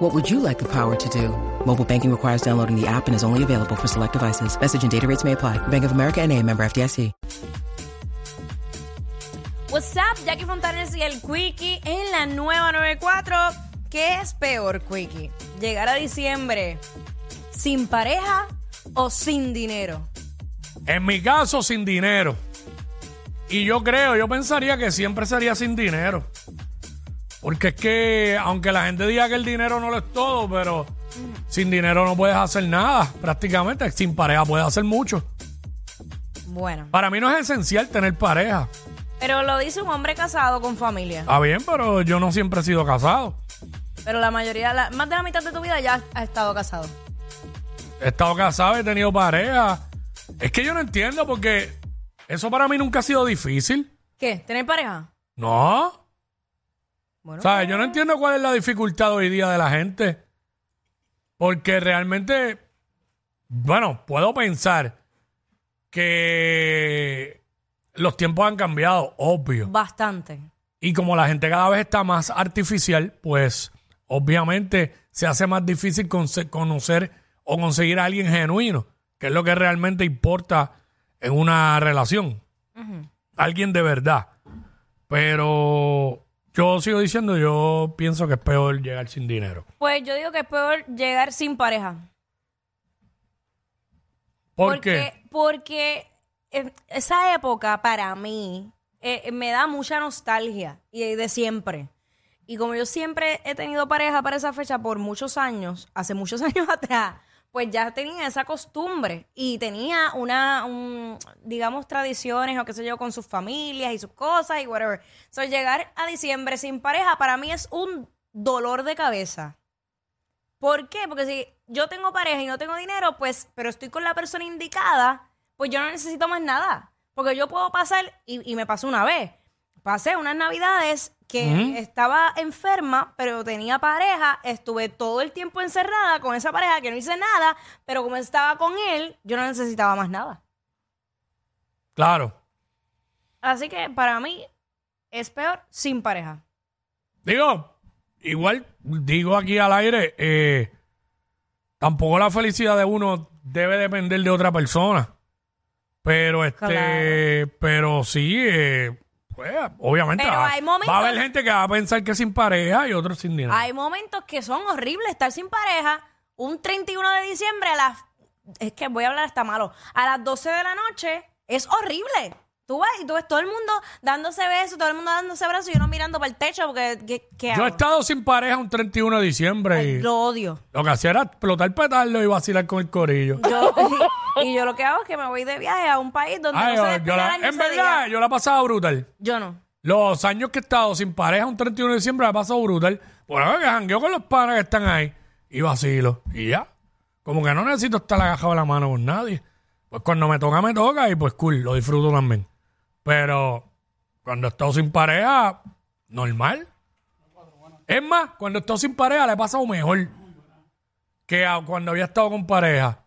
What would you like the power to do? Mobile banking requires downloading the app and is only available for select devices. Message and data rates may apply. Bank of America and a member FDIC. What's up, Jackie Fontanes y el Quickie en la nueva 94. ¿Qué es peor, Quickie? ¿Llegar a diciembre sin pareja o sin dinero? En mi caso, sin dinero. Y yo creo, yo pensaría que siempre sería sin dinero. Porque es que, aunque la gente diga que el dinero no lo es todo, pero sin dinero no puedes hacer nada, prácticamente. Sin pareja puedes hacer mucho. Bueno, Para mí no es esencial tener pareja. pero lo dice un hombre casado con familia. Está bien, pero yo no siempre he sido casado. Pero la mayoría, la- más de la mitad de tu vida ya has- has estado casado. He estado casado, he tenido pareja. Es que yo no entiendo porque eso para mí nunca ha sido difícil. ¿Qué? ¿Tener pareja? No. Bueno, O sea, yo no entiendo cuál es la dificultad hoy día de la gente. Porque realmente, bueno, puedo pensar que los tiempos han cambiado, obvio. bastante. Y como la gente cada vez está más artificial, pues obviamente se hace más difícil conce- conocer o conseguir a alguien genuino, que es lo que realmente importa en una relación. Alguien de verdad. Pero yo sigo diciendo, yo pienso que es peor llegar sin dinero. Pues yo digo que es peor llegar sin pareja. ¿Por, porque, qué? Porque eh, esa época para mí eh, me da mucha nostalgia y de siempre. Y como yo siempre he tenido pareja para esa fecha por muchos años, hace muchos años atrás, pues ya tenía esa costumbre y tenía una, un, digamos, tradiciones o qué sé yo, con sus familias y sus cosas y whatever. So, llegar a diciembre sin pareja para mí es un dolor de cabeza. ¿Por qué? Porque si yo tengo pareja y no tengo dinero, pues, pero estoy con la persona indicada, pues yo no necesito más nada. Porque yo puedo pasar, y, y me pasó una vez, pasé unas navidades que Ujú. estaba enferma, pero tenía pareja, estuve todo el tiempo encerrada con esa pareja que no hice nada, pero como estaba con él, yo no necesitaba más nada. Claro. Así que para mí es peor sin pareja. Digo, igual digo aquí al aire, eh, tampoco la felicidad de uno debe depender de otra persona. Pero este, Claro. pero sí, eh, pues, obviamente Pero va, hay momentos- va a haber gente que va a pensar que sin pareja y otros sin dinero. Hay momentos que son horribles estar sin pareja. Un 31 de diciembre a las. Es que voy a hablar hasta malo. A las 12 de la noche es horrible. Tú ves y tú ves todo el mundo dándose besos, todo el mundo dándose abrazos y uno mirando para el techo porque. ¿qué, qué Yo hago? he estado sin pareja un 31 de diciembre Ay, y Lo odio. lo que hacía era explotar petardo y vacilar con el corillo. Yo- y yo lo que hago es que me voy de viaje a un país donde Ay, no se yo- yo despide la- la en luz de verdad, día. yo la pasaba brutal. Yo no. Los años que he estado sin pareja, un 31 de diciembre, la he pasado brutal. Por ahora que jangueo con los panas que están ahí y vacilo. Y ya. Como que no necesito estar agajado la mano con nadie. Pues cuando me toca, me toca y pues cool, lo disfruto también. Pero cuando he estado sin pareja, normal. Es más, cuando he estado sin pareja, le he pasado mejor que a- cuando había estado con pareja.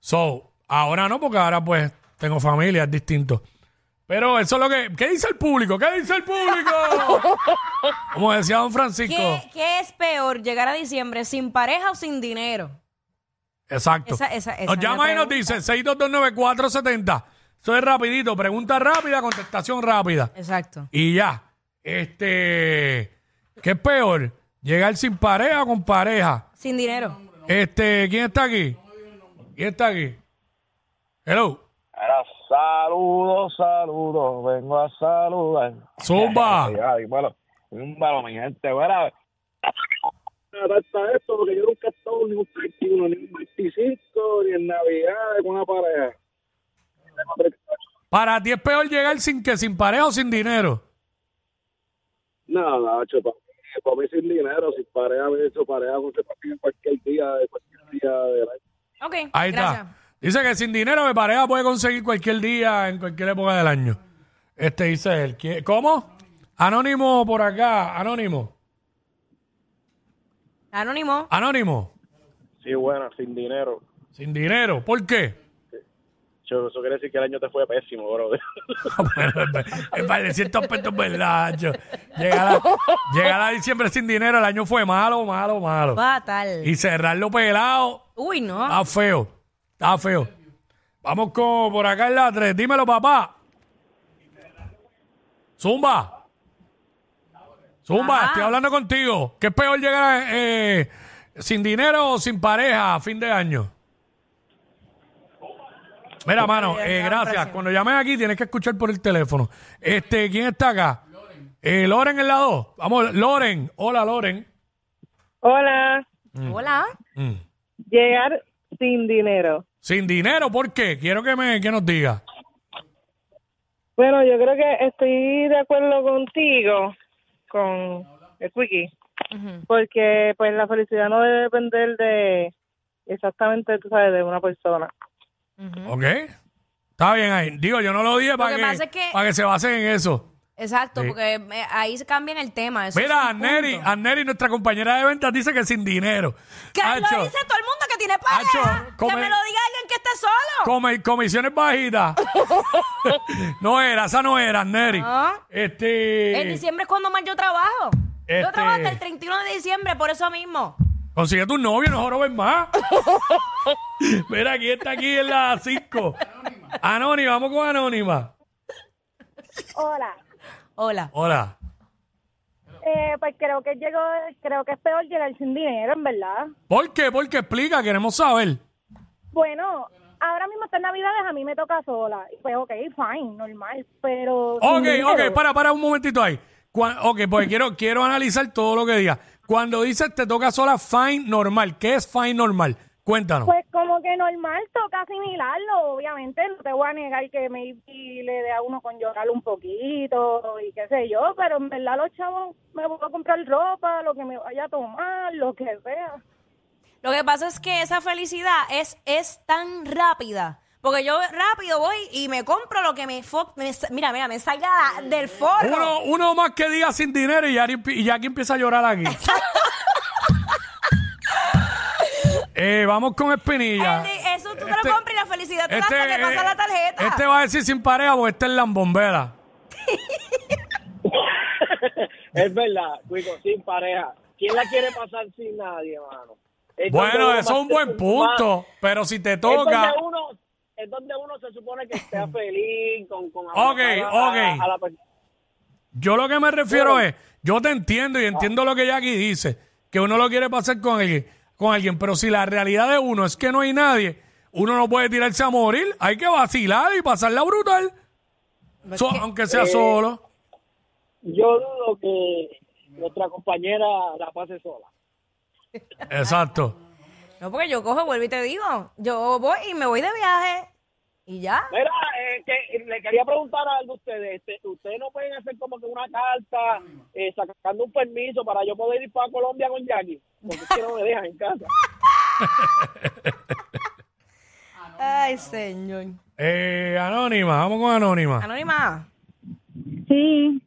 So, ahora no, porque ahora pues tengo familia, es distinto. Pero eso es lo que. ¿Qué dice el público? ¿Qué dice el público? Como decía don Francisco. ¿Qué, qué es peor, llegar a diciembre sin pareja o sin dinero? Exacto. Esa- esa- esa nos es llama la y nos pregunta. dice 6229470. Eso es rapidito. Pregunta rápida, contestación rápida. Exacto. Y ya. Este. ¿Qué es peor? ¿Llegar sin pareja o con pareja? Sin dinero. Este. ¿Quién está aquí? ¿Quién está aquí? Hello. Era saludos, saludos, vengo a saludar. Zumba. Ay, bueno, un balón, mi gente, bueno. Hasta esto, porque yo nunca he estado ni un 31, ni un 25, ni en Navidad con una pareja. Para ti es peor llegar sin que sin pareja o sin dinero. No, no, chupa. Para mí sin dinero, sin pareja, me he hecho pareja, no se pasan cualquier día, de cualquier día de la Ok. Ahí gracias. está. Dice que sin dinero mi pareja puede conseguir cualquier día, en cualquier época del año. Este dice él. ¿Qui- ¿Cómo? Anónimo por acá, anónimo. Anónimo. Anónimo, Sí, bueno, sin dinero. sin dinero. ¿Por qué? Yo, eso quiere decir que el año te fue pésimo, bro. Ah, Bueno, es ver- es ver- de cierto aspecto es verdad, Ancho. Llegar a, llegar a diciembre sin dinero, el año fue malo, malo, malo. Fatal. Ah. Y Ah. cerrarlo pelado, Uy, no. está feo, está feo. Vamos con por acá en la 3. Dímelo, papá. Zumba. Zumba, Ajá. estoy hablando contigo. ¿Qué es peor llegar eh, sin dinero o sin pareja a fin de año? Mira, mano, ya, eh, ya, gracias. gracias. Cuando llames aquí tienes que escuchar por el teléfono. Este, ¿quién está acá? Loren. Loren en la 2. Vamos, Loren. Hola, Loren. Hola, Hola. Mm. llegar sin dinero. Sin dinero, ¿por qué? Quiero que me que nos diga. Bueno, yo creo que estoy de acuerdo contigo, con el Quickie, Ujú. porque pues la felicidad no debe depender de exactamente, tú sabes, de una persona. ¿Ok? Está bien ahí. Digo, yo no lo dije para que que, pasa es que- para que se basen en eso. Exacto, Sí. porque eh, ahí se cambia el tema. Eso es Mira, un Anneri, punto. Anneri, nuestra compañera de ventas, dice que sin dinero. Que Hacho, lo dice todo el mundo que tiene pareja. Hacho, que come- me lo diga alguien que esté solo. come- comisiones bajitas. no era, esa no era, Anneri. Ah. En Este. diciembre es cuando más yo trabajo. Este- Yo trabajo hasta el 31 de diciembre, por eso mismo. Consigue tu novio, no jorobes más. Mira, aquí está aquí en la 5. Anónima, vamos con Anónima. Hola. Hola. Hola. Eh, pues creo que llegó, creo que es peor llegar sin dinero, en verdad. ¿Por qué? Porque explica, queremos saber. Bueno, ahora mismo está en Navidades, a mí me toca sola. Y Pues ok, fine, normal, pero... Pues, sin Ok, dinero. ok, para, para un momentito ahí. Cua- ok, porque quiero, quiero analizar todo lo que digas. Cuando dices te toca sola, fine normal. ¿Qué es fine normal? Cuéntanos. Pues como que normal toca asimilarlo, obviamente. No te voy a negar que maybe le dé a uno con llorar un poquito y qué sé yo, pero en verdad los chavos me voy a comprar ropa, lo que me vaya a tomar, lo que sea. Lo que pasa es que esa felicidad es, es tan rápida. Porque yo rápido voy y me compro lo que me... fo- me sa- mira, mira, me salga la- del forro. Uno, uno más que diga sin dinero y ya, y ya aquí empieza a llorar aquí. Eh, vamos con Espinilla. El de- eso tú te lo compras y la felicidad te la hasta que pasa eh, la tarjeta. este va a decir sin pareja porque este es lambombera. es verdad, Cuico, sin pareja. ¿Quién la quiere pasar sin nadie, mano? Entonces, Bueno, uno eso es un más- buen punto, pero si te Es donde toca... uno, es donde uno se supone que esté feliz con, con Ok, abrazar a- ok. a la persona. Yo lo que me refiero es, yo te entiendo y entiendo lo que Jackie dice, que uno lo quiere pasar con alguien, con alguien, pero si la realidad de uno es que no hay nadie, uno no puede tirarse a morir, hay que vacilar y pasarla brutal, Pues So- aunque Eh, sea solo. Yo dudo que nuestra compañera la pase sola. Exacto. No, porque yo cojo, vuelvo y te digo. Yo voy y me voy de viaje. Y ya. Mira, eh, que, le quería preguntar algo a ustedes. Este, ¿Ustedes no pueden hacer como que una carta eh, sacando un permiso para yo poder ir para Colombia con Jackie? Porque es que no me dejan en casa. Ay, señor. Eh, anónima, vamos con anónima. Anónima. Sí,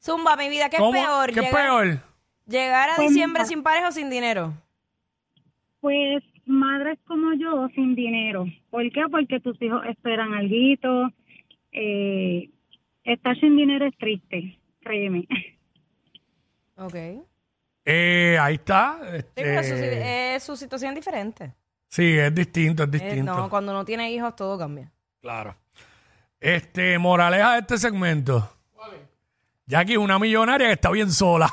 Zumba, mi vida, ¿qué ¿Cómo? es peor? ¿Qué es Llegar- peor? Llegar a diciembre sin pareja o sin dinero. Pues madres como yo sin dinero. ¿Por qué? Porque tus hijos esperan algo. Eh, estar sin dinero es triste, créeme. Ok. Eh, ahí está. Sí, este, pero su, si- eh, su situación es diferente. sí, es distinto, es Eh, no, distinto. cuando no tiene hijos todo cambia. Claro. Este, moraleja de este segmento. Jackie es una millonaria que está bien sola.